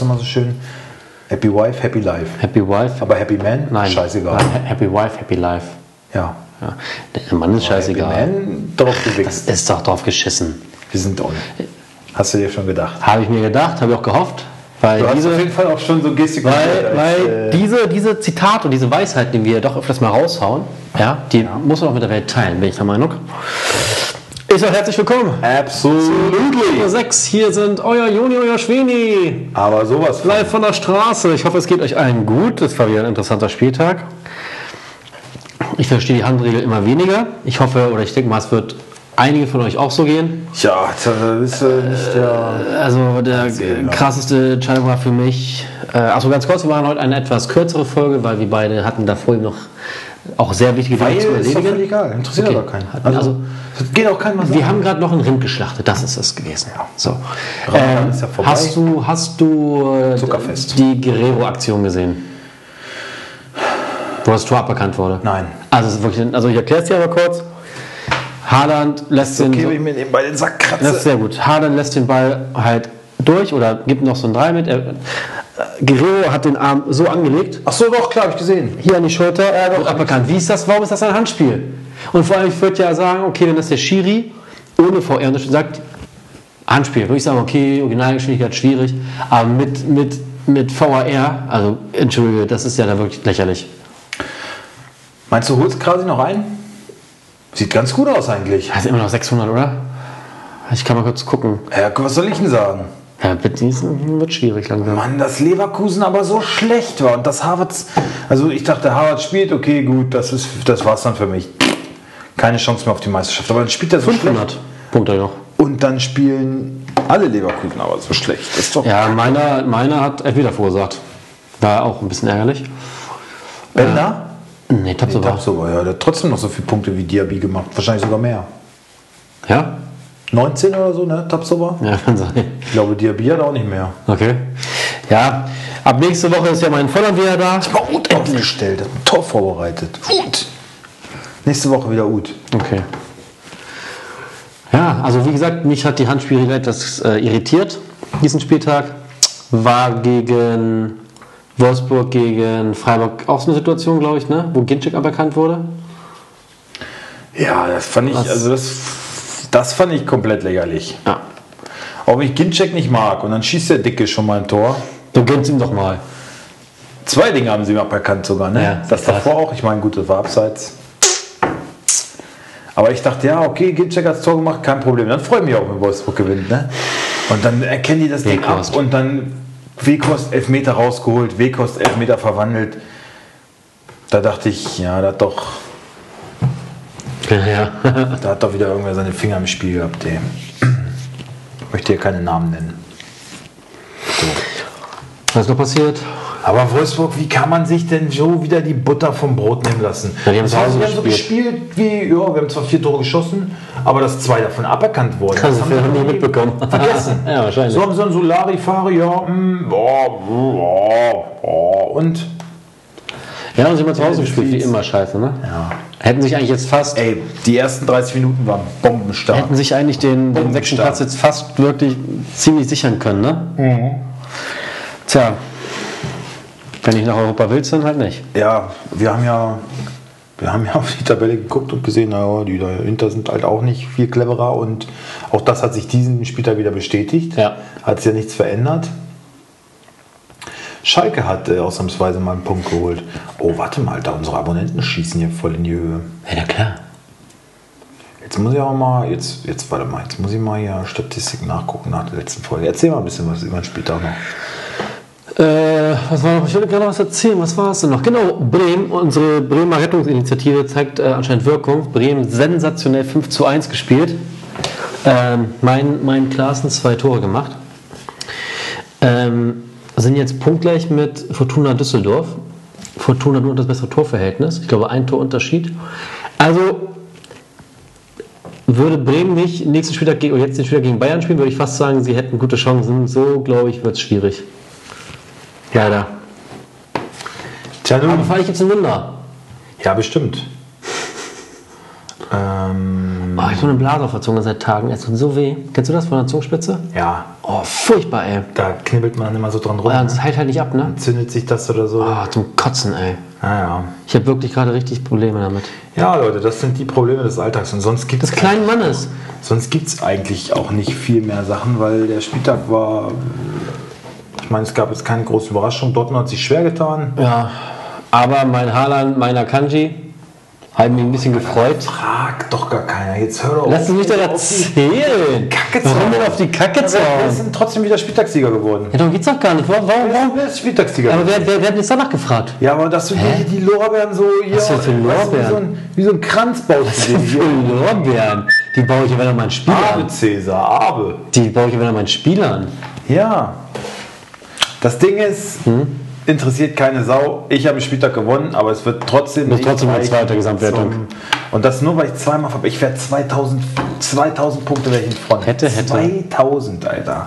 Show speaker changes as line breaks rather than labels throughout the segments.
immer so schön? Happy Wife, Happy Life.
Happy Wife?
Aber Happy Man?
nein.
Scheißegal.
Nein, happy Wife, Happy Life.
Ja.
Ja. Der Mann ist scheißegal.
Happy Man, drauf gewichst.
Ist doch drauf geschissen.
Wir sind on. Hast du dir schon gedacht?
Habe ich mir gedacht, habe ich auch gehofft. Weil
Du hast äh,
diese,
auf jeden Fall auch schon so gestikuliert. als,
Weil, weil diese, diese Zitate und diese Weisheiten, die wir doch öfters mal raushauen, ja, die muss man auch mit der Welt teilen, bin ich der Meinung. Ist auch herzlich willkommen.
äh, absolutely.
Nummer 6, hier sind euer Joni, euer Schweni.
Aber sowas. von.
Live von der Straße. Ich hoffe, es geht euch allen gut. Das war wieder ein interessanter Spieltag. Ich verstehe die Handregel immer weniger. Ich hoffe, oder ich denke mal, es wird einigen von euch auch so gehen.
Tja, das ist äh, nicht der.
Also der krasseste Entscheidung war für mich. Äh, achso, ganz kurz, wir machen heute eine etwas kürzere Folge, weil wir beide hatten da vorhin noch auch sehr wichtige Dinge
ist
zu
doch völlig
erledigen.
egal. Interessiert
Okay.
doch keinen.
Also-
Also, das geht auch keinem was
Wir
an.
haben gerade noch einen Rind geschlachtet, das ist es gewesen. So. Ähm,
Ramadan ist ja vorbei.
Hast du, hast du äh,
Zuckerfest.
die Guerrero-Aktion gesehen? Wo das Tor aberkannt wurde?
Nein.
Also, es ist wirklich, also ich erkläre es dir aber kurz. Haaland lässt den.
Okay, wenn ich mir nebenbei den Sack
Das ist
kratze.
sehr gut. Harden lässt den Ball halt durch oder gibt noch so ein 3 mit. Er, Guerrero hat den Arm so angelegt,
Ach so, doch, klar, habe ich gesehen.
hier an die Schulter, er wird aberkannt. Wie ist das, warum ist das ein Handspiel? Und vor allem, ich würde ja sagen, okay, wenn das der Schiri ohne VR und sagt, Handspiel, würde ich sagen, okay, Originalgeschwindigkeit schwierig, aber mit, mit, mit VAR, also entschuldige, das ist ja da wirklich lächerlich.
Meinst du, holst Krasi noch ein? Sieht ganz gut aus eigentlich.
Das ist immer noch 600, oder? Ich kann mal kurz gucken.
Ja, was soll ich denn sagen?
Ja, mit diesen wird schwierig langsam.
Mann, dass Leverkusen aber so schlecht war und das Harvards. Also ich dachte, Harvard spielt, okay, gut, das, ist, das war's dann für mich. Keine Chance mehr auf die Meisterschaft. Aber dann spielt er so schlecht.
500 Punkte noch.
Und dann spielen alle Leverkusen aber so schlecht. Das ist doch
Ja, meiner, meiner hat Elfmeter verursacht. War auch ein bisschen ärgerlich.
Bender.
Nee, Tapse
Ich hab
war.
so, ja, der hat trotzdem noch so viele Punkte wie Diaby gemacht. Wahrscheinlich sogar mehr.
Ja?
19 oder so, ne? Tapsoba?
Ja, kann sein.
Ich glaube, Diaby hat auch nicht mehr.
Okay. Ja, ab nächste Woche ist ja mein Volland wieder da.
Aber Ut aufgestellt, hat ein Tor vorbereitet. Ut! Nächste Woche wieder Ut.
Okay. Ja, also wie gesagt, mich hat die Handspielregel etwas äh, irritiert, diesen Spieltag. War gegen Wolfsburg, gegen Freiburg auch so eine Situation, glaube ich, ne? wo Ginczek aberkannt wurde.
Ja, das fand ich,
Was?
also das, das fand ich komplett lächerlich.
Ja.
Auch wenn ich Ginczek nicht mag und dann schießt der Dicke schon mal ein Tor.
Du gönnst ihm doch mal.
Zwei Dinge haben sie mir aberkannt sogar, ne?
Ja,
das
klar.
davor auch, ich meine, gut, das war abseits. Aber ich dachte, ja, okay, Ginczek hat das Tor gemacht, kein Problem. Dann freue ich mich auch, wenn Wolfsburg gewinnt, ne? Und dann erkennen die das Ding
Weghorst.
ab und dann Wekost elf Meter rausgeholt, Wekost elf Meter verwandelt. Da dachte ich, ja, da hat doch,
Ja, ja.
da hat doch wieder irgendwer seine Finger im Spiel gehabt, ey. Ich möchte hier keine Namen nennen.
Was ist noch passiert?
Aber Wolfsburg, wie kann man sich denn so wieder die Butter vom Brot nehmen lassen?
Ja, die haben
Das
zu Hause
heißt, wir haben so gespielt wie, ja, wir haben zwar vier Tore geschossen, aber dass zwei davon aberkannt wurden.
Also,
haben
wir
sie
haben nie
irgendwie
mitbekommen.
Vergessen.
Ja, wahrscheinlich.
So haben sie einen Solari-Fahrer, ja, mm, boah, boah, boah, und
Ja, haben sie immer zu Hause
den
gespielt, wie
Fields.
immer scheiße, ne?
Ja.
Hätten sich eigentlich jetzt fast,
ey, die ersten 30 Minuten waren bombenstark.
hätten sich eigentlich den, den sechsten
Bombenstark.
Platz jetzt fast wirklich ziemlich sichern können, ne? Tja, wenn ich nach Europa willst, dann halt nicht.
Ja, wir haben ja, wir haben ja auf die Tabelle geguckt und gesehen, naja, die dahinter sind halt auch nicht viel cleverer und auch das hat sich diesen Spieltag wieder bestätigt.
Ja.
Hat sich ja nichts verändert. Schalke hat äh, ausnahmsweise mal einen Punkt geholt. Oh, warte mal, da unsere Abonnenten schießen hier voll in die Höhe.
Ja, na klar.
Jetzt muss ich auch mal, jetzt, jetzt warte mal, jetzt muss ich mal hier Statistik nachgucken nach der letzten Folge. Erzähl mal ein bisschen was über den Spieltag noch.
Äh, was war noch? Ich wollte gerade was erzählen. Was war es denn noch? Genau, Bremen. Unsere Bremer Rettungsinitiative zeigt äh, anscheinend Wirkung. Bremen sensationell 5 zu 1 gespielt. Ähm, mein, mein Klaassen zwei Tore gemacht. Ähm, sind jetzt punktgleich mit Fortuna Düsseldorf. Fortuna hat nur das bessere Torverhältnis. Ich glaube, ein Torunterschied. Also würde Bremen nicht nächsten Spieltag gegen, oder jetzt den Spieltag gegen Bayern spielen, würde ich fast sagen, sie hätten gute Chancen. So, glaube ich, wird es schwierig. Ja, da.
Tja, nun.
Aber vielleicht gibt es ein Wunder.
Ja, bestimmt. Ähm,
Oh, ich bin eine Blase verzogen seit Tagen. Es tut so weh. Kennst du das von der Zungenspitze?
Ja,
Oh, furchtbar, ey.
da knibbelt man immer so dran rum.
Ja,
ne?
Das heilt halt nicht ab, ne?
Zündet sich das oder so.
Ah, zum Kotzen, ey.
Naja.
Ich habe wirklich gerade richtig Probleme damit.
Ja, Leute, das sind die Probleme des Alltags. Und sonst gibt
Des kleinen Mannes.
Sonst gibt es eigentlich auch nicht viel mehr Sachen, weil der Spieltag war. Ich meine, es gab jetzt keine große Überraschung. Dortmund hat sich schwer getan.
Ja. Aber mein Haaland, meiner Kanji, haben mich ein bisschen gefreut.
Frag doch gar keiner. Jetzt hör doch
Lass uns nicht
auf
daran erzählen.
Kacke zu
Warum
hauen.
denn auf die Kacke
Wir- Wir
zaubern?
sind trotzdem wieder Spieltagssieger geworden.
Ja, darum geht's doch gar nicht. Warum? warum, warum?
Wer ist Spieltagssieger?
Aber wer, wer, wer hat jetzt danach gefragt?
ja, aber dass du die, die Lorbeeren so hier.
Was denn für
weißt du, Wie so
Lorbeeren?
ein, wie so ein Kranz baust du dir
Für
hier.
Lorbeeren. Die baue ich ja wieder mein Spiel
Abe,
an.
Cäsar, Abe.
Die baue ich ja wieder mein Spiel an.
Ja. Das Ding ist, interessiert keine Sau. Ich habe den Spieltag gewonnen, aber es wird trotzdem.
Wird trotzdem
reichen
eine zweite Gesamtwertung.
zum- Und das nur, weil ich zweimal habe. Ich werde 2000, 2000 Punkte welchen Front.
Hätte, hätte.
2000, Alter.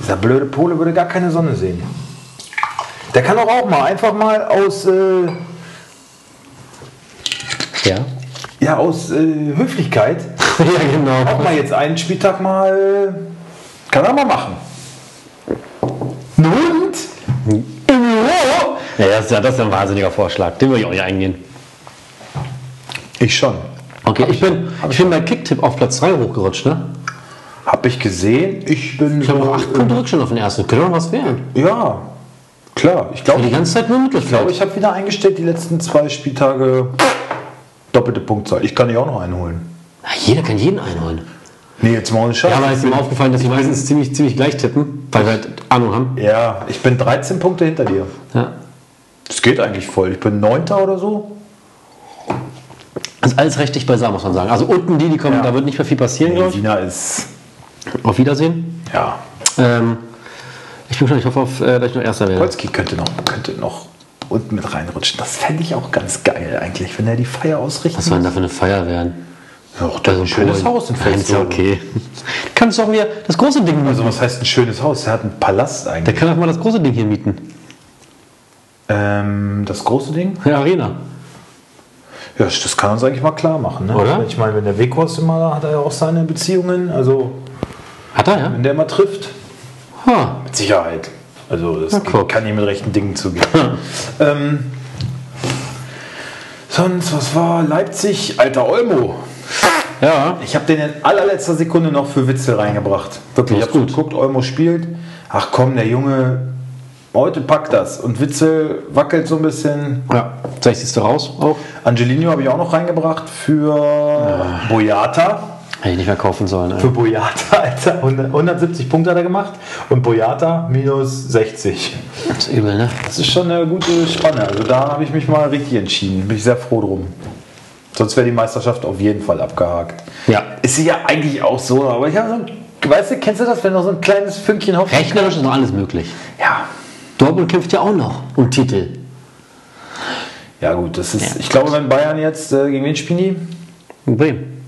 Dieser blöde Pole würde gar keine Sonne sehen. Der kann doch auch mal einfach mal aus, äh,
Ja.
ja, aus äh, Höflichkeit
ja, genau.
auch mal jetzt einen Spieltag mal. Kann er mal machen. Und?
Ja, das ist ja, das ist ja ein wahnsinniger Vorschlag. Den würde ich auch nicht eingehen.
Ich schon.
Okay, ich bin, ich bin bei Kicktipp auf Platz 3 hochgerutscht, ne?
Hab ich gesehen. Ich bin.
Ich habe noch 8 Punkte Rückstand auf den ersten. Könnte doch was werden.
Ja, klar. Ich
Aber
glaube,
die
ich,
ganze Zeit nur
glaube,
Mittelfeld.
ich habe wieder eingestellt, die letzten zwei Spieltage doppelte Punktzahl. Ich kann die auch noch einholen.
Ja, jeder kann jeden einholen.
Nee, jetzt mal ohne Scheiß.
Ja, aber es ist mir aufgefallen, dass die meistens ziemlich, ziemlich gleich tippen, weil wir halt Ahnung haben.
ja, ich bin 13 Punkte hinter dir.
Ja.
Das geht eigentlich voll. Ich bin Neunter oder so.
Das ist Also alles rechtlich beisammen, muss man sagen. Also unten die, die kommen,
Ja.
da wird nicht mehr viel passieren,
Nee,
glaube
Sina ist.
ich. Auf Wiedersehen.
Ja.
Ähm, ich bin schon, ich hoffe, auf, äh, dass ich noch Erster werde.
Polski könnte noch, könnte noch unten mit reinrutschen. Das fände ich auch ganz geil eigentlich, wenn er die Feier ausrichtet.
Was soll denn da für eine Feier werden?
Ach, das ist ein schönes Haus in
Nein, ist ja
Felsow.
okay. Kannst du auch mir das große Ding mieten.
Also was heißt ein schönes Haus? Er hat einen Palast
Der
eigentlich.
kann auch mal das große Ding hier mieten.
Ähm, das große Ding?
Eine Arena.
Ja, das kann uns eigentlich mal klar machen, ne?
Oder?
Ich meine, wenn der Weghorst immer da hat er ja auch seine Beziehungen, also
Hat er, ja?
wenn der mal trifft,
Ha.
mit Sicherheit. Also das
guck.
kann ihm mit rechten Dingen zugehen. ähm, sonst, was war Leipzig? Alter Olmo.
Ja.
Ich habe den in allerletzter Sekunde noch für Witzel reingebracht. Wirklich, ich
Das
habe
ist
gut
gut.
geguckt, Olmo spielt. Ach komm, der Junge, heute packt das. Und Witzel wackelt so ein bisschen.
Ja. 60. raus auch.
Angelino habe ich auch noch reingebracht für Boyata.
Hätte ich nicht mehr kaufen sollen.
Für
Ey.
Boyata, Alter, 100 170 Punkte hat er gemacht und Boyata minus 60.
Das ist übel, ne?
Das ist schon eine gute Spanne. Also da habe ich mich mal richtig entschieden. Bin ich sehr froh drum. Sonst wäre die Meisterschaft auf jeden Fall abgehakt.
Ja.
Ist sie ja eigentlich auch so, aber ich habe so ein, weißt du, kennst du das, wenn noch so ein kleines Fünkchen Hoffnung?
Rechnerisch ist noch alles möglich.
Ja.
Dortmund kämpft ja auch noch um Titel.
Ja gut, das ist,
Ja.
ich glaube, wenn Bayern jetzt, äh, gegen wen spielen die?
In Bremen.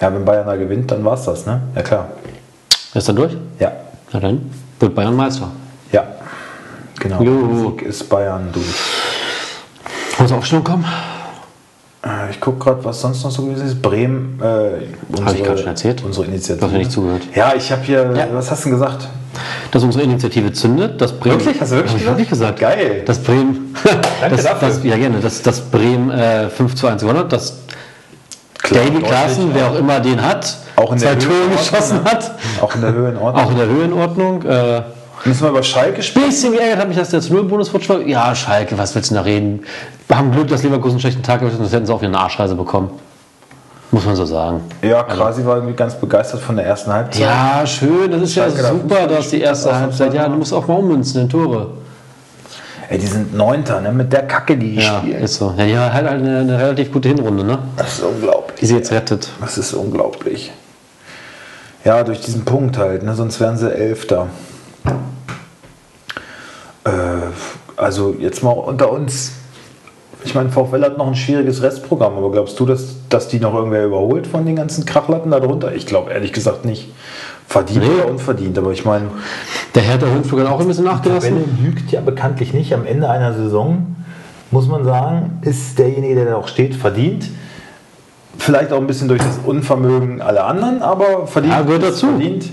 Ja, wenn Bayern da gewinnt, dann war es das, ne? Ja klar.
Wer ist dann durch?
Ja.
Na dann wird Bayern Meister.
Ja. Genau.
Juhu.
Sieg ist Bayern durch.
Muss Aufstellung kommen?
Äh, Ich gucke gerade, was sonst noch so gewesen ist. Bremen, äh, unsere-
gerade schon erzählt?
Unsere Initiative.
Du hast mir nicht zugehört.
Ja, ich habe hier,
Ja.
was hast du denn gesagt?
Dass unsere Initiative zündet, dass Bremen.
Wirklich? Hast du wirklich
Hab ich
gesagt?
wirklich gesagt?
Geil.
Dass Bremen. Danke
dafür.
Das, ja, gerne. Dass, dass Bremen äh, 5 zu 1 gewonnen hat. Dass David
deutlich,
Klaassen, wer auch immer den hat,
Auch in
zwei
der
Tore
Höhenordnung,
geschossen
ne?
hat.
Auch in der Höhe in Ordnung.
Auch in der Höhenordnung. Äh,
Müssen wir über Schalke spielen?
bisschen geärgert hat mich, dass der zu null bonus rutscht. war. Ja, Schalke, was willst du denn da reden? Wir haben Glück, dass Leverkusen einen schlechten Tag gehabt hat, sonst hätten sie auch wieder eine Arschreise bekommen. Muss man so sagen.
Ja, Krasi war irgendwie ganz begeistert von der ersten Halbzeit.
Ja, schön, das ist
Schalke
ja
darf
super, dass die erste
Ausnahmsweise
Halbzeit. Ja, du musst auch mal ummünzen in Tore.
Ey, die sind Neunter, ne? Mit der Kacke, die die
Ja,
spielen.
ist so. Ja, die hat halt eine, eine relativ gute Hinrunde, ne?
Das ist unglaublich.
Die sie jetzt rettet.
Das ist unglaublich. Ja, durch diesen Punkt halt, ne? sonst wären sie Elfter. Äh, also jetzt mal unter uns. Ich meine, VfL hat noch ein schwieriges Restprogramm, aber glaubst du, dass, dass die noch irgendwer überholt von den ganzen Krachlatten da drunter? Ich glaube ehrlich gesagt nicht. Verdient
Nee.
oder unverdient, aber ich meine.
Der Hertha Hünflug hat auch ein bisschen
Tabelle
nachgelassen.
lügt ja bekanntlich nicht. Am Ende einer Saison, muss man sagen, ist derjenige, der da auch steht, verdient. Vielleicht auch ein bisschen durch das Unvermögen aller anderen, aber verdient.
Ja, gehört
ist
dazu.
Verdient.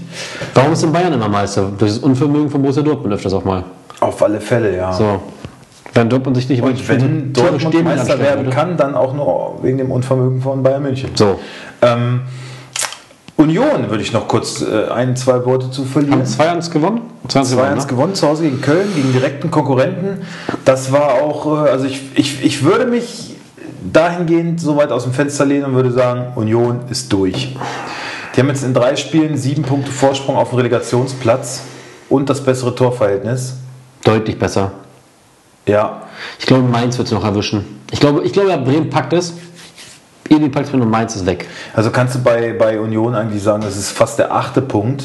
Warum ist denn Bayern immer Meister? Durch das Unvermögen von Borussia Dortmund öfters auch mal.
Auf alle Fälle, ja.
So. Wenn Dortmund sich nicht
Und wenn Dortmund Meister werden kann, dann auch nur wegen dem Unvermögen von Bayern München.
So.
Ähm, Union würde ich noch kurz äh, ein, zwei Worte zu verlieren.
2-1 gewonnen? 20
2-1
gewonnen, ne?
gewonnen zu Hause gegen Köln, gegen direkten Konkurrenten. Das war auch, äh, also ich, ich, ich würde mich dahingehend so weit aus dem Fenster lehnen und würde sagen, Union ist durch. Die haben jetzt in drei Spielen sieben Punkte Vorsprung auf dem Relegationsplatz und das bessere Torverhältnis.
Deutlich besser.
Ja,
Ich glaube, Mainz wird es noch erwischen. Ich glaube, ich glaube, ja, Bremen packt es. Irgendwie packt es mit und Mainz ist weg.
also kannst du bei, bei Union eigentlich sagen, das ist fast der achte Punkt.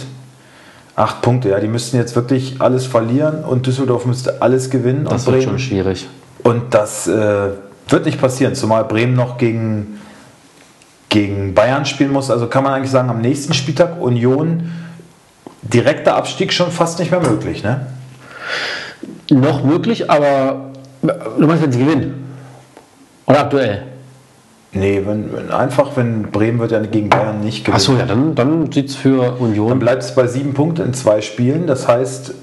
Acht Punkte, ja, die müssten jetzt wirklich alles verlieren und Düsseldorf müsste alles gewinnen.
Das
und
wird schon schwierig.
Und das äh, wird nicht passieren, zumal Bremen noch gegen, gegen Bayern spielen muss. Also kann man eigentlich sagen, am nächsten Spieltag Union direkter Abstieg schon fast nicht mehr möglich. Ne?
Noch möglich, aber du meinst, wenn sie gewinnen? Oder aktuell?
Nee, wenn, wenn einfach, wenn Bremen wird ja gegen Bayern nicht gewinnen.
Achso, ja, dann, dann sieht es für
Dann
Union.
bleibt es bei sieben Punkten in zwei Spielen. Das heißt,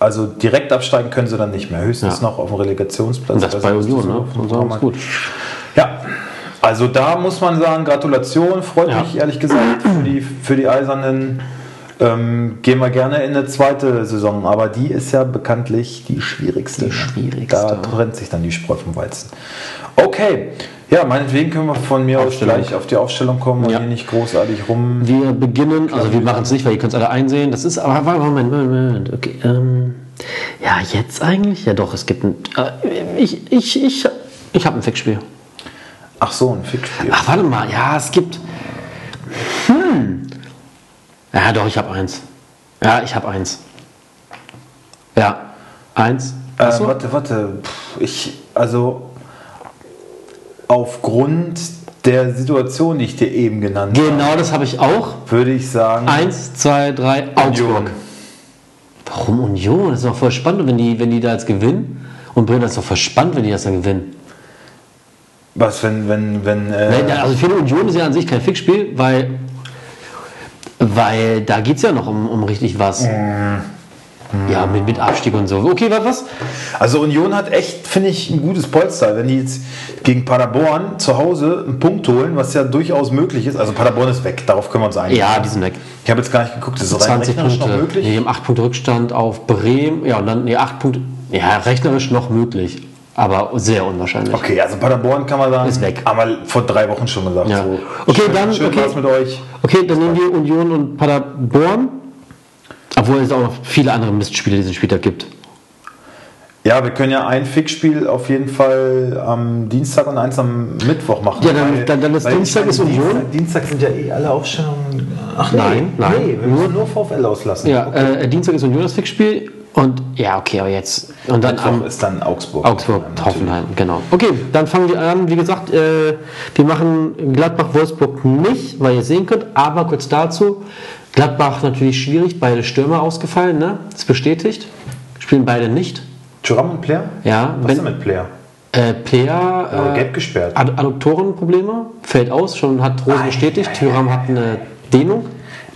also direkt absteigen können sie dann nicht mehr. Höchstens
Ja.
noch auf dem Relegationsplatz.
Und das
Weiß
bei
nicht, was
Union,
das
ne?
so-
Und sagen, ist gut.
Ja, also da muss man sagen, Gratulation, freut
Ja.
mich ehrlich gesagt für die, für die Eisernen. Ähm, gehen wir gerne in eine zweite Saison, aber die ist ja bekanntlich die schwierigste. Die
schwierigste.
Da trennt sich dann die Spreu vom Weizen. Okay, ja, meinetwegen können wir von mir aus
Aufstellung.
gleich auf die Aufstellung kommen
Ja.
und hier nicht großartig rum.
Wir beginnen, also wir machen es nicht, weil ihr könnt es alle einsehen. Das ist, aber warte, Moment, Moment, Moment. Okay, ähm, ja, jetzt eigentlich? Ja doch, es gibt ein, äh, ich, ich, ich, ich habe ein Fixspiel.
Ach so, ein Fickspiel.
Ach, warte mal, ja, es gibt, hm, ja doch, ich habe eins. Ja, ich habe eins. Ja, eins.
Äh,
Achso,
warte, warte. Pff, Ich, also, aufgrund der Situation, die ich dir eben genannt habe,
genau das habe ich auch.
würde ich sagen,
Eins, zwei, drei, Augsburg. Warum Union? Das ist doch voll spannend, wenn die, wenn die da jetzt gewinnen. Und Bremen das ist doch voll spannend, wenn die das dann gewinnen.
Was, wenn, wenn, wenn. Äh,
Nein, nein, also für die Union ist ja an sich kein Fixspiel, weil, weil da geht es ja noch um, um richtig was. Ja, mit, mit Abstieg und so. Okay, was? was?
Also Union hat echt, finde ich, ein gutes Polster. Wenn die jetzt gegen Paderborn zu Hause einen Punkt holen, was ja durchaus möglich ist. Also Paderborn ist weg, darauf können wir uns einigen.
Ja, die sind weg.
Ich habe jetzt gar nicht geguckt, ist es rein
20
rechnerisch
Punkte.
noch möglich?
Nee, die haben 8 Punkte Rückstand auf Bremen. Ja, und dann, nee, 8 Punkte. Ja, rechnerisch noch möglich. Aber sehr unwahrscheinlich.
Okay, also Paderborn kann man sagen,
Ist weg.
haben wir vor drei Wochen schon gesagt.
Ja.
So.
Okay,
schön,
dann-
Schön
okay.
war's mit euch.
Okay, dann nehmen wir Union und Paderborn. Obwohl es auch noch viele andere Mistspiele diesen Spieltag gibt.
Ja, wir können ja ein Fixspiel auf jeden Fall am Dienstag und eins am Mittwoch machen.
Ja, dann- dann- dann ist
weil ich
Dienstag
meine,
ist Union.
Dienstag, Dienstag sind ja eh alle Aufstellungen. Ach
Nein,
nee,
nein.
Nee, wir müssen nur VfL auslassen.
Ja, äh, Dienstag ist Union das Fixspiel. Und ja, okay, aber jetzt. Und dann am,
Mittwoch ist dann Augsburg.
Augsburg, Hoffenheim, genau. Okay, dann fangen wir an. Wie gesagt, äh, wir machen Gladbach-Wolfsburg nicht, weil ihr es sehen könnt, aber kurz dazu. Gladbach natürlich schwierig, beide Stürmer ausgefallen, ne? Ist bestätigt. Spielen beide nicht.
Thuram und Player?
Ja,
Was
wenn-
ist denn mit Player?
Äh,
Er
Player,
wurde
äh,
gelb gesperrt.
Ad Adduktorenprobleme, fällt aus, schon hat Rose bestätigt. Thüram hat eine Dehnung.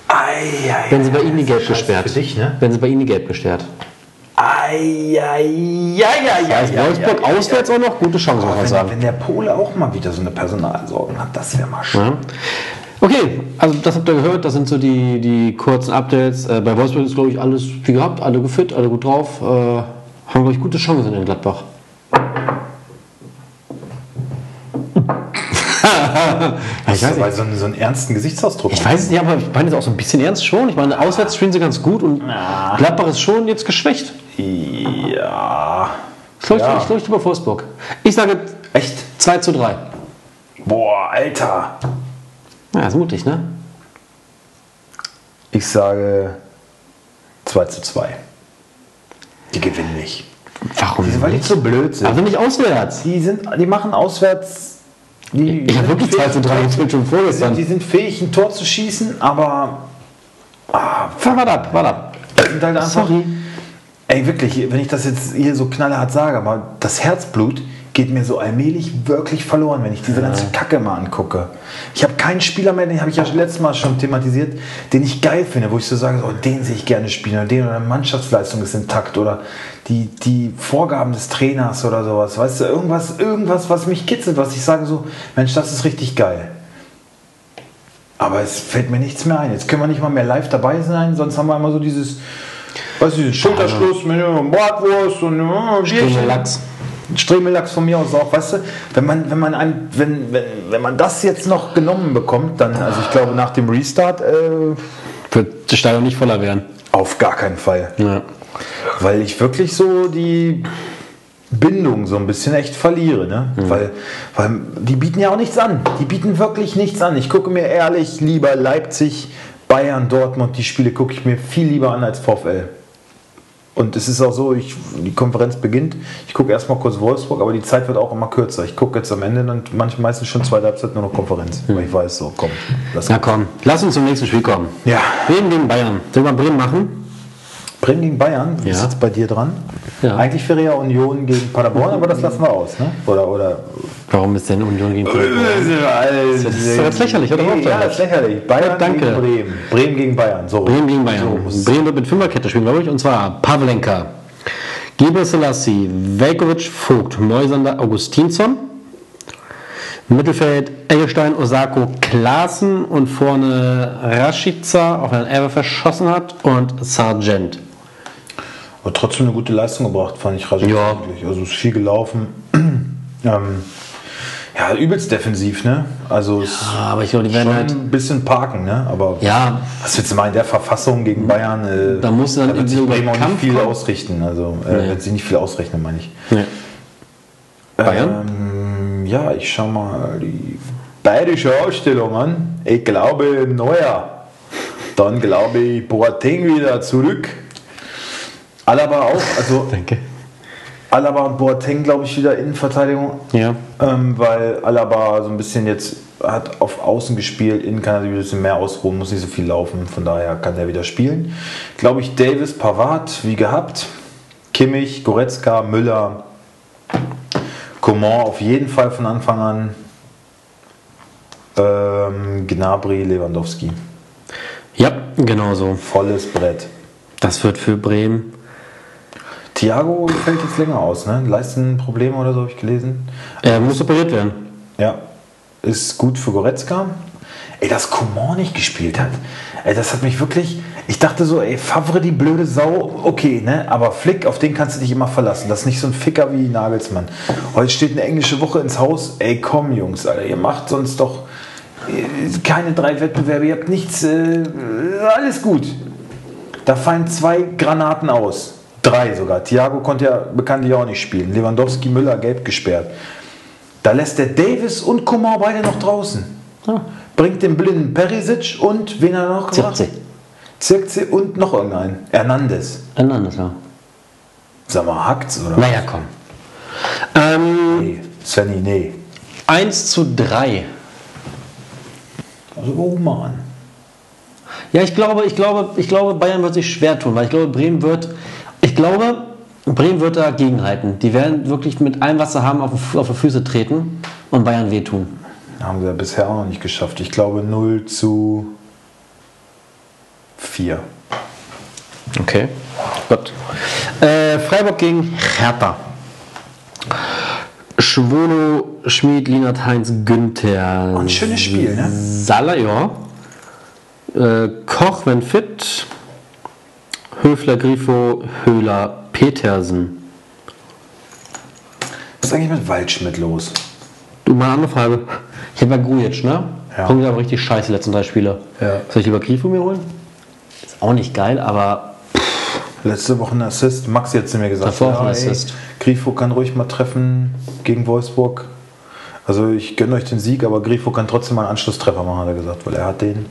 Eieiei.
Wenn sie bei Ihnen die gelb gesperrt.
Für dich, ne?
Wenn sie bei Ihnen die gelb gesperrt. Da ist Wolfsburg
Eieiei.
auswärts auch noch gute Chance, muss man sagen.
Wenn, wenn der Pole auch mal wieder so eine Personalsorgen hat, das wäre mal schön.
Ja. Okay, also das habt ihr gehört, das sind so die, die kurzen Updates. Äh, bei Wolfsburg ist, glaube ich, alles wie gehabt, alle gefit, alle gut drauf. Äh, haben, glaube ich, gute Chancen in Gladbach. ich, weiß
Dabei
nicht.
so, einen, so einen ernsten Gesichtsausdruck.
ich weiß es nicht, aber ich meine das auch so ein bisschen ernst schon. Ich meine, auswärts spielen sie ganz gut und Gladbach ist schon jetzt geschwächt.
Ja.
Ich glaube,
Ja.
ich, ich, glaub, ich tippe auf Wolfsburg. Ich sage
Echt?
2 zu 3.
Boah, Alter.
Ja, ist mutig, ne?
Ich sage 2 zu 2. Die gewinnen nicht.
Warum?
Weil die
nicht?
so blöd sind.
Also nicht auswärts.
die, sind, die machen auswärts. Die,
Ich habe wirklich 2 zu 3 getippt schon vorgestern.
Die sind fähig, ein Tor zu schießen, aber
Fuck, warte ab, warte ab.
die sind halt einfach.
Sorry.
Ey, wirklich, wenn ich das jetzt hier so knallhart sage, aber das Herzblut geht mir so allmählich wirklich verloren, wenn ich diese ganze Kacke mal angucke. Ich habe keinen Spieler mehr, den habe ich ja letztes Mal schon thematisiert, den ich geil finde, wo ich so sage, oh, den sehe ich gerne spielen oder den oder Mannschaftsleistung ist intakt oder die, die Vorgaben des Trainers oder sowas. Weißt du, irgendwas, irgendwas, was mich kitzelt, was ich sage so, Mensch, das ist richtig geil. Aber es fällt mir nichts mehr ein. Jetzt können wir nicht mal mehr live dabei sein, sonst haben wir immer so dieses, weißt du, diesen Schulterschluss mit äh, Bratwurst und äh, Bierchen.
Lachs.
Stremelachs von mir aus auch, weißt du, wenn man, wenn man ein, wenn, wenn, wenn man das jetzt noch genommen bekommt, dann, also ich glaube nach dem Restart, äh,
Wird das Stadion nicht voller werden.
auf gar keinen Fall.
Ja.
Weil ich wirklich so die Bindung so ein bisschen echt verliere, ne? Weil, weil die bieten ja auch nichts an. Die bieten wirklich nichts an. Ich gucke mir ehrlich lieber Leipzig, Bayern, Dortmund, die Spiele gucke ich mir viel lieber an als VfL. Und es ist auch so, ich, die Konferenz beginnt, ich gucke erstmal kurz Wolfsburg, aber die Zeit wird auch immer kürzer. Ich gucke jetzt am Ende dann manchmal meistens schon zweite Halbzeit nur noch Konferenz, weil ich weiß, so komm, lass
Na komm, lass uns zum nächsten Spiel kommen.
Ja,
Bremen gegen Bayern. Sollen wir Bremen machen?
Bremen gegen Bayern,
Ja.
ist jetzt bei dir dran.
Ja.
Eigentlich wäre ja Union gegen Paderborn, aber das lassen wir aus, ne? Oder, oder.
Warum ist denn Union gegen Bremen?
Das
ist doch jetzt lächerlich, oder?
Nee, ja, das ist lächerlich. Bayern
danke.
gegen Bremen. Bremen gegen Bayern. So.
Bremen gegen Bayern.
So muss es
Bremen wird mit Fünferkette spielen, glaube ich. Und zwar Pavlenka, Gebel Selassie, Velkovic, Vogt, Neusander, Augustinsson. Mittelfeld Eggestein, Osako, Klaassen und vorne Rashica, auch wenn er verschossen hat, und Sargent.
Aber trotzdem eine gute Leistung gebracht, fand ich Rajic.
Ja.
eigentlich. Also es ist viel gelaufen. ähm, ja, übelst defensiv, ne? Also es ist
Aber ich glaube, die
schon
werden halt.
ein bisschen parken, ne? Aber
Ja, Mhm.
was willst du mal in der Verfassung gegen Bayern? Äh,
Da muss dann
wird
irgendwie
sich
über
Bremen auch nicht
Kampf
viel
kommen.
ausrichten. Also äh,
Nee.
wird sie nicht viel ausrechnen, meine ich.
nee. Bayern?
Ähm, ja, ich schau mal die bayerische Ausstellung an. Ich glaube Neuer. Dann glaube ich Boateng wieder zurück. Alaba auch. Also
Danke.
Alaba und Boateng, glaube ich, wieder Innenverteidigung.
Ja.
Ähm, weil Alaba so ein bisschen jetzt hat auf Außen gespielt, innen kann er sich ein bisschen mehr ausruhen, muss nicht so viel laufen, von daher kann er wieder spielen. Glaube ich, Davis, Pavard, wie gehabt. Kimmich, Goretzka, Müller, Coman auf jeden Fall von Anfang an. Ähm, Gnabry, Lewandowski.
Ja, genau so.
Volles Brett.
Das wird für Bremen.
Thiago fällt jetzt länger aus, ne? Leistenprobleme oder so habe ich gelesen.
Er Äh, muss operiert werden.
Ja, ist gut für Goretzka. Ey, dass Coman nicht gespielt hat, ey, das hat mich wirklich. Ich dachte so, ey, Favre, die blöde Sau, okay, ne? Aber Flick, auf den kannst du dich immer verlassen. Das ist nicht so ein Ficker wie Nagelsmann. Heute steht eine englische Woche ins Haus. Ey, komm, Jungs, Alter, ihr macht sonst doch äh, keine drei Wettbewerbe, ihr habt nichts, äh, alles gut. Da fallen zwei Granaten aus. Drei sogar. Thiago konnte ja bekanntlich auch nicht spielen. Lewandowski, Müller, gelb gesperrt. Da lässt der Davis und Kumar beide noch draußen. Bringt den blinden Perisic und wen hat er noch gebracht?
Zirkzee.
Zirkzee und noch irgendeinen. Hernandez.
Hernandez, ja.
Sag mal, hackt's oder?
Naja, komm. Ähm,
Nee. Svenny, nee.
1 zu 3.
Also Roman.
Ja, ich glaube, ich glaube, ich glaube, Bayern wird sich schwer tun, weil ich glaube, Bremen wird, ich glaube, Bremen wird dagegen halten. Die werden wirklich mit allem, was sie haben, auf, den Fu- auf die Füße treten und Bayern wehtun.
Haben sie ja bisher auch noch nicht geschafft. Ich glaube 0 zu 4.
Okay. Gut. Äh, Freiburg gegen Hertha. Schwono, Schmid, Lienert, Heinz, Günther.
Ein schönes Spiel, ne?
Salah, ja. Äh, Koch, wenn fit. Höfler, Grifo, Höhler, Petersen.
Was ist eigentlich mit Waldschmidt los?
Du, mal eine andere Frage. Ich habe ja Grujic, ne?
Ja.
Kommt aber richtig scheiße, die letzten drei Spiele.
Ja.
Soll ich lieber Grifo mir holen? Ist auch nicht geil, aber
Letzte Woche ein Assist. Maxi hat zu mir gesagt.
Davor auch ein
ey,
Assist.
Grifo kann ruhig mal treffen gegen Wolfsburg. Also ich gönne euch den Sieg, aber Grifo kann trotzdem mal einen Anschlusstreffer machen, hat er gesagt, weil er hat den.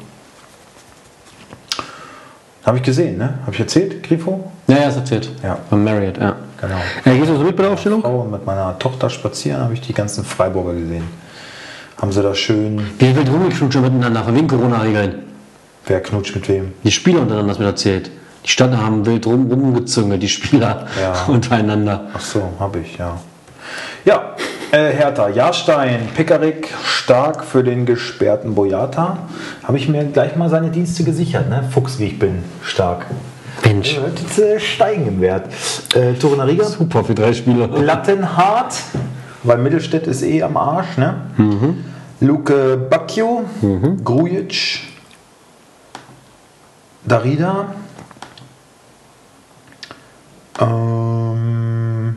Habe ich gesehen, ne? Habe ich erzählt, Grifo?
naja, ist erzählt.
Ja.
Von Marriott, ja.
Genau.
Äh, gehst du so mit bei der Aufstellung?
Oh, und mit meiner Tochter spazieren habe ich die ganzen Freiburger gesehen. Haben sie da schön,
Wie wild rumgeknutscht schon miteinander, von wegen Corona-Regeln.
wer knutscht mit wem?
Die Spieler untereinander das mit erzählt. Die Stadt haben wild rum rumgezüngelt, die Spieler
Ja.
untereinander.
Ach so, habe ich, ja. Ja, Äh, Hertha, Jahrstein, Pickerick, stark für den gesperrten Boyata. Habe ich mir gleich mal seine Dienste gesichert, ne? Fuchs, wie ich bin, stark.
Mensch.
Äh, wird jetzt, äh, steigen im Wert. Äh, Torunariga,
Super für drei Spieler.
Plattenhardt, weil Mittelstädt ist eh am Arsch, ne? Luke Bacchio, Grujic, Darida, ähm,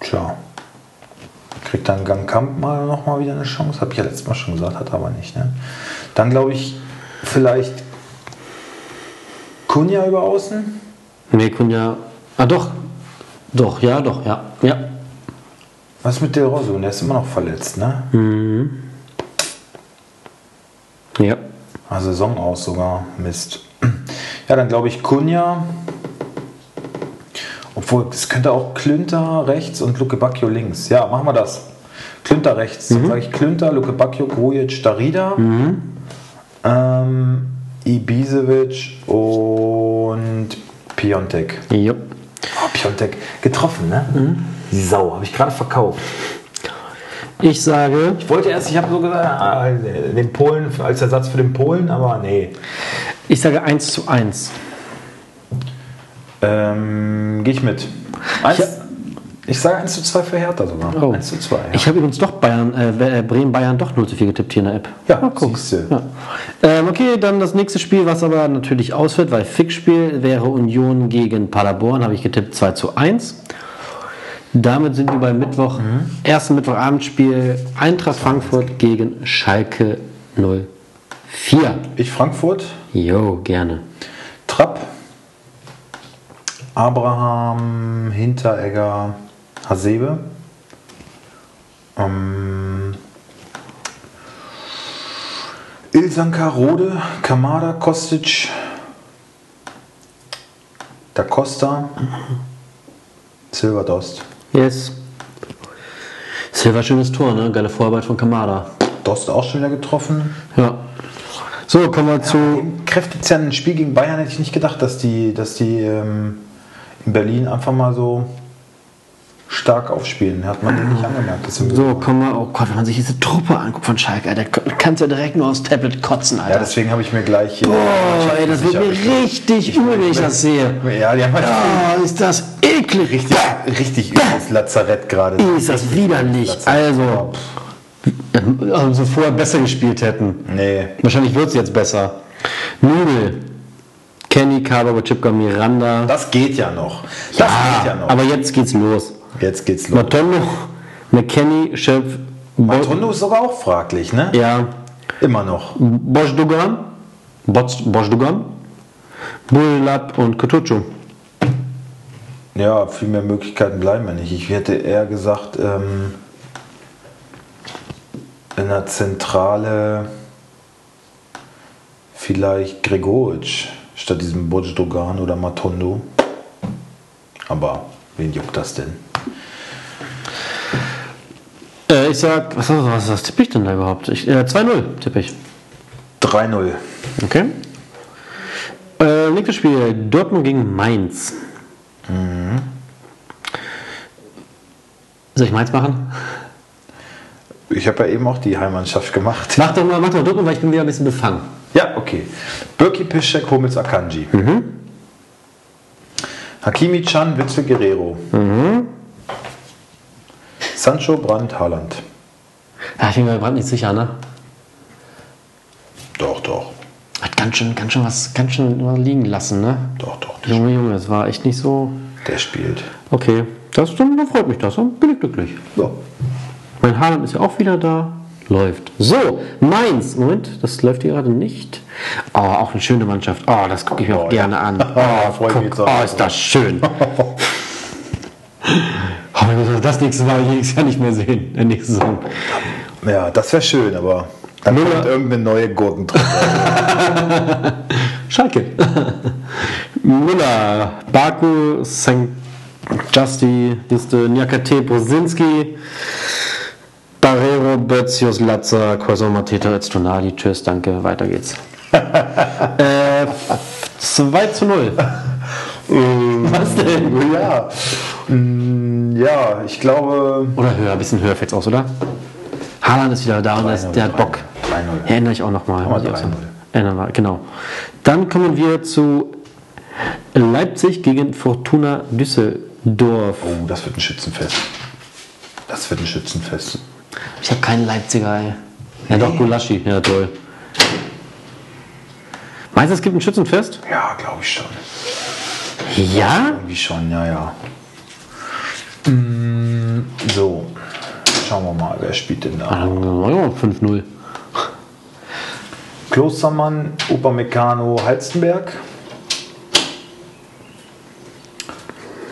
tja, kriegt dann Gangkamp mal nochmal wieder eine Chance, habe ich ja letztes Mal schon gesagt, hat aber nicht, ne? Dann glaube ich vielleicht Kunja über Außen.
Nee, Kunja. Ah, doch. Doch, ja, doch, ja. Ja.
Was ist mit Del Rosso? Der ist immer noch verletzt, ne?
Ja.
Ah, Saison aus sogar. Mist. Ja, dann glaube ich Kunja. Obwohl, es könnte auch Klünter rechts und Luke Bacchio links. Ja, machen wir das. Klünter rechts. Dann sage ich Klünter, Luke Bacchio, Grujic, Darida. Ähm, Ibisevic und Piontek.
Ja.
Oh, Piontek getroffen, ne? Die Sau, habe ich gerade verkauft.
Ich sage,
Ich wollte erst, ich habe so gesagt, ah, den Polen als Ersatz für den Polen, aber nee.
ich sage 1 zu 1.
Ähm, gehe ich mit. Eins,
Ich
ich,
hab-
sage 1 zu 2 für Hertha sogar. 1 Oh. zu 2. Ja.
Ich habe übrigens doch Bayern, äh, äh, Bremen-Bayern doch 0 zu 4 getippt hier in der App.
Ja,
Na, guck.
siehste.
Ja. Ähm, okay, dann das nächste Spiel, was aber natürlich ausfällt, weil Fixspiel wäre Union gegen Paderborn, habe ich getippt 2 zu 1. Damit sind wir beim Mittwoch, ersten Mittwochabendspiel Eintracht Frankfurt gegen Schalke 04.
ich Frankfurt,
Jo, gerne.
Trapp, Abraham, Hinteregger, Hasebe. Ähm, Ilsanka, Rode, Kamada, Kostic, Da Costa, Silverdost.
Yes. Silva, schönes Tor, ne? Geile Vorarbeit von Kamada.
Dost auch schon wieder getroffen.
Ja. So, kommen wir zu.
Kräftig ist ja ein Spiel gegen Bayern, hätte ich nicht gedacht, dass die, dass die ähm, in Berlin einfach mal so stark aufspielen. Hat man denen nicht angemerkt. Das sind
So, komm mal, oh Gott, wenn man sich diese Truppe anguckt von Schalke, Alter, k- kannst du ja direkt nur aufs Tablet kotzen,
ja,
Alter.
deswegen habe ich mir gleich. Boah,
oh, ey, das wird mir richtig übel, wenn ich das sehe.
Ja, die haben halt
Oh, ist das eklig.
richtig, richtig übles Lazarett gerade.
Ist das widerlich. Also, wenn sie vorher besser gespielt hätten.
Nee.
Wahrscheinlich wird es jetzt besser. Nudel, Kenny, Carver, Chipka, Miranda. Ah,
Das geht ja noch. Das geht ja noch.
Aber jetzt geht's los.
Jetzt geht's los.
Matondo, McKenny, Schöpf, Bo
Rondo ist sogar auch fraglich, ne?
ja,
Immer noch.
Boschdogan, Bosch- Boschdogan, Bullab und Kutucu.
Ja, viel mehr Möglichkeiten bleiben mir nicht. Ich hätte eher gesagt, ähm, in der Zentrale vielleicht Gregoritsch statt diesem Bojdogan oder Matondo. Aber wen juckt das denn?
Äh, ich sag, was, was, was, was tippe ich denn da überhaupt? Ich, äh, 2-0 tippe ich.
3-0.
Okay. Äh, nächstes Spiel, Dortmund gegen Mainz. Soll ich Mainz machen?
Ich habe ja eben auch die Heimmannschaft gemacht.
Mach doch mal, mach doch mal Dortmund, weil ich bin wieder ein bisschen befangen.
Ja, okay. Birki Piszczek, Hummels, Akanji. Hakimi Chan, Witzel, Guerrero. Sancho, Brandt, Haaland.
Ah, ich bin mir gerade nicht sicher, ne?
Doch, doch.
Hat ganz schön, ganz schön was, ganz schön was liegen lassen, ne?
Doch, doch, der,
Junge, Junge, das war echt nicht so.
der spielt.
Okay, das dann, dann freut mich das. Dann bin ich glücklich.
Ja.
Mein Haaland ist ja auch wieder da. Läuft. So, Mainz. Moment, das läuft hier gerade nicht. Oh, auch eine schöne Mannschaft. Oh, das gucke ich mir auch
Oh, ja.
gerne an.
Ja,
Oh,
freut mich
guck,
jetzt auch.
oh, ist das schön. oh, ich muss das nächste Mal nächstes Jahr nicht mehr sehen. In nächsten Saison.
Ja, das wäre schön, aber dann
Müller.
kommt irgendeine neue Gurkentruppe.
Schalke. Müller, Baku, St. Justi, Liste, Nyakate, Bosinski, Barrero, Bözius, Latza, Quason, Mateta, Estonali. Tschüss, danke, weiter geht's. äh, 2 zu 0. Was denn?
Ja. Mm, Ja, ich glaube.
Oder höher, ein bisschen höher fällt's aus, oder? Haaland ist wieder da und das, der hat Bock.
3-0.
Erinnere ich auch nochmal.
Aber
ich auch
3-0.
sagen. Erinnern wir, genau. Dann kommen wir zu Leipzig gegen Fortuna Düsseldorf.
Oh, das wird ein Schützenfest. Das wird ein Schützenfest.
Ich habe keinen Leipziger, ey. Ja, doch, Gulaschi. Ja, toll. Meinst du, es gibt ein Schützenfest?
Ja, glaube ich schon.
Ja?
Irgendwie schon, ja, ja. Mm, So, schauen wir mal, wer spielt denn da?
Ah, dann machen wir mal 5-0.
Klostermann, Upamecano, Halstenberg.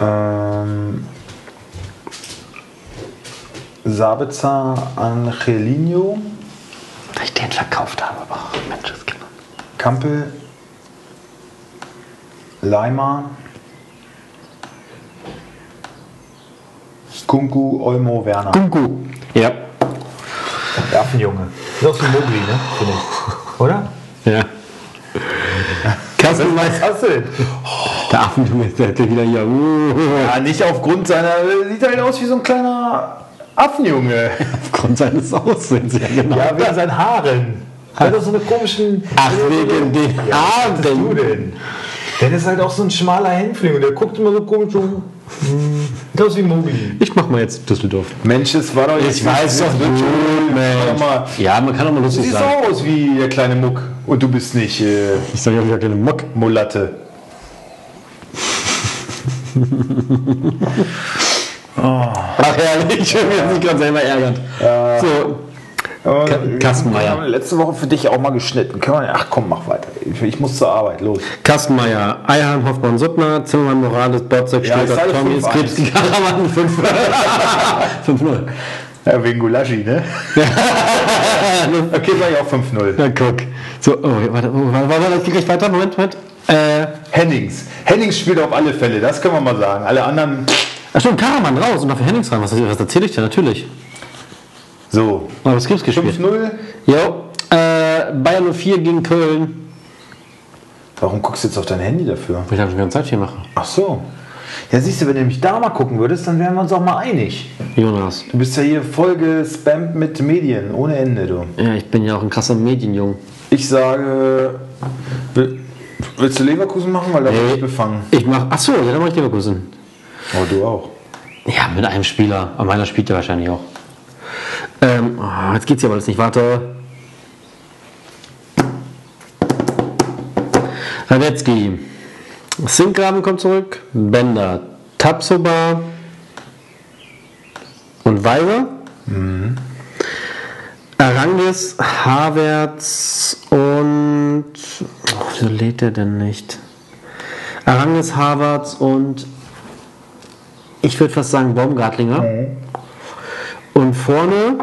Ähm, Sabitzer, Angelino,
Weil ich den verkauft habe, aber oh, Mensch, das geht noch.
Kampel, Leimer, Kunku, Olmo, Werner.
Kunku. Ja.
Affenjunge. Das ist ein Mogli, ne? Finde ich. Oder?
Ja. Kassenmeister.
Was denn?
Der Affenjunge, der hätte wieder hier. Uh,
Ja, Ah, nicht aufgrund seiner. Sieht halt aus wie so ein kleiner Affenjunge.
aufgrund seines Aussehens, ja genau.
Ja, wegen seinen Haaren. Hat doch so eine komischen.
Ach, wegen den
Du
Abend.
denn? Der ist halt auch so ein schmaler Hänfling und der guckt immer so komisch um. Das ist wie Mogli.
Ich mach mal jetzt Düsseldorf.
Mensch, das war doch.
Ich weiß doch, du,
Warte mal.
Mensch. Ja, man kann auch mal
Du
lustig
siehst
sein.
auch aus wie der kleine Muck. Und du bist nicht äh,
Ich sage ja wieder kleine Mock.
Mulatte.
Ach Äh. herrlich, schon wieder sich gerade selber ärgert. So, Ka- Kastenmeier.
Letzte Woche für dich auch mal geschnitten. Können wir, ach komm, mach weiter. Ich, ich muss zur Arbeit. Los.
Kastenmeier, Eihahn, Hoffmann, Suttner, Zimmermann, Morales, Botzek,
Ja, ich
Stöger,
sage
Tommy,
5-1.
Skripski, Karaman, 5 5-0.
Ja, wegen Gulaschi, ne? okay, war ich auch 5-0.
Na guck. So, oh, warte, oh, warte, warte, das geht gleich weiter. Moment, Moment. Äh,
Hennings. Hennings spielt auf alle Fälle, das können wir mal sagen. Alle anderen,
ach stimmt, Karaman raus und dafür Hennings rein. Was, was erzähle ich dir? Natürlich.
so.
Aber Skripski gespielt.
5-0.
Jo, äh, Bayern 04 gegen Köln.
Warum guckst du jetzt auf dein Handy dafür?
Ich habe schon ganze Zeit viel machen.
Ach so. Ja, siehst du, wenn du nämlich da mal gucken würdest, dann wären wir uns auch mal einig.
Jonas.
Du bist ja hier voll gespammt mit Medien, ohne Ende, du.
Ja, ich bin ja auch ein krasser Medienjung.
Ich sage, will, willst du Leverkusen machen, weil da bin ich befangen.
Ich mach, ach so, ja, dann mach ich Leverkusen.
Oh, du auch.
Ja, mit einem Spieler. Aber meiner spielt er wahrscheinlich auch. Ähm, ah, jetzt geht's ja alles nicht. Warte. Radetzky. Sinkgraben kommt zurück. Bender. Tapsoba. Und Weiser. Arangis, Havertz und. Oh, wieso lädt er denn nicht? Arangis, Havertz und ich würde fast sagen Baumgartlinger. Und vorne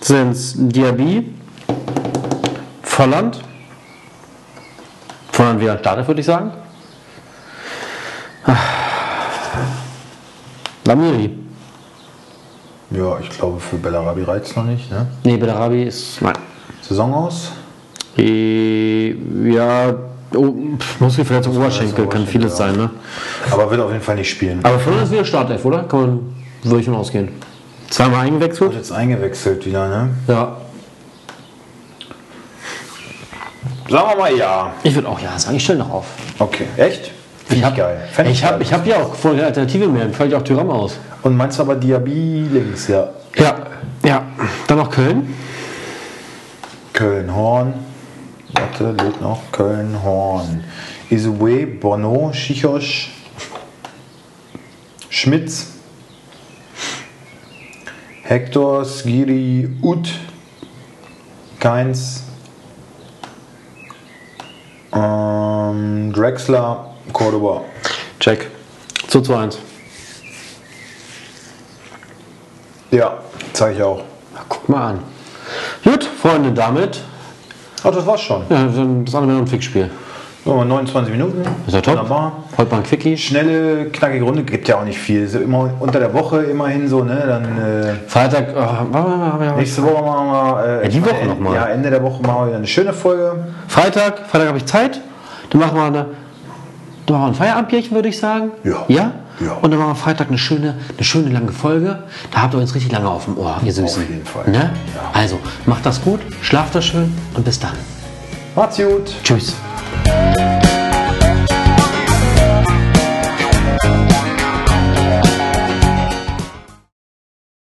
sind es Diaby, Volland. Volland wieder startet, würde ich sagen. Ah. Lamiri.
Ja, ich glaube, für Bellarabi reizt noch nicht, ne?
Nee, Belarabi ist. Nein.
Saison aus?
Äh, Ja, oh, pf, Muskelverletzung Oberschenkel, kann
Oberschenkel,
vieles
ja.
sein, ne?
Aber wird auf jeden Fall nicht spielen.
Aber vorne ist wieder Startelf, oder? Kann man, würde ich mal ausgehen. Zweimal eingewechselt?
Jetzt eingewechselt wieder, ne?
Ja.
Sagen wir mal ja.
Ich würde auch ja sagen, ich stelle noch auf.
Okay. Echt? Finde
Ich habe
Fänd
ich hab,
geil.
ich hab ja auch vorher keine Alternative mehr, dann fällt ich auch Tyram aus.
Und meinst du aber Diaby links, ja.
Ja, ja. Dann noch Köln.
Köln, Horn. Warte, lädt noch. Köln, Horn. Isoué, Bono, Schichosch, Schmitz, Hector, Skiri, Ut, Keins, ähm, Drexler, Cordoba.
Check. 2 zu 1.
Ja, zeige ich auch.
Na, guck mal an. Gut, Freunde, damit.
Ach, das war's schon.
Ja, dann das andere wäre noch ein Fixspiel.
So, 29 Minuten.
Ist ja top.
Wunderbar.
Heute mal ein Quickie.
Schnelle, knackige Runde gibt ja auch nicht viel. So immer unter der Woche immerhin so, ne? Dann äh,
Freitag. äh, warte, warte, warte, warte.
nächste Woche machen wir. Äh,
die
ich meine,
Woche noch mal.
Ja, Ende der Woche machen wir wieder eine schöne Folge.
Freitag, Freitag habe ich Zeit. Dann machen wir eine Dann machen wir ein Feierabendbierchen, würde ich sagen.
Ja.
ja.
Ja.
Und dann machen wir Freitag eine schöne, eine schöne lange Folge. Da habt ihr uns richtig lange auf dem Ohr, ihr Süßen.
jeden Fall.
Ne?
Ja.
Also, macht das gut, schlaft das schön und bis dann.
Macht's gut.
Tschüss.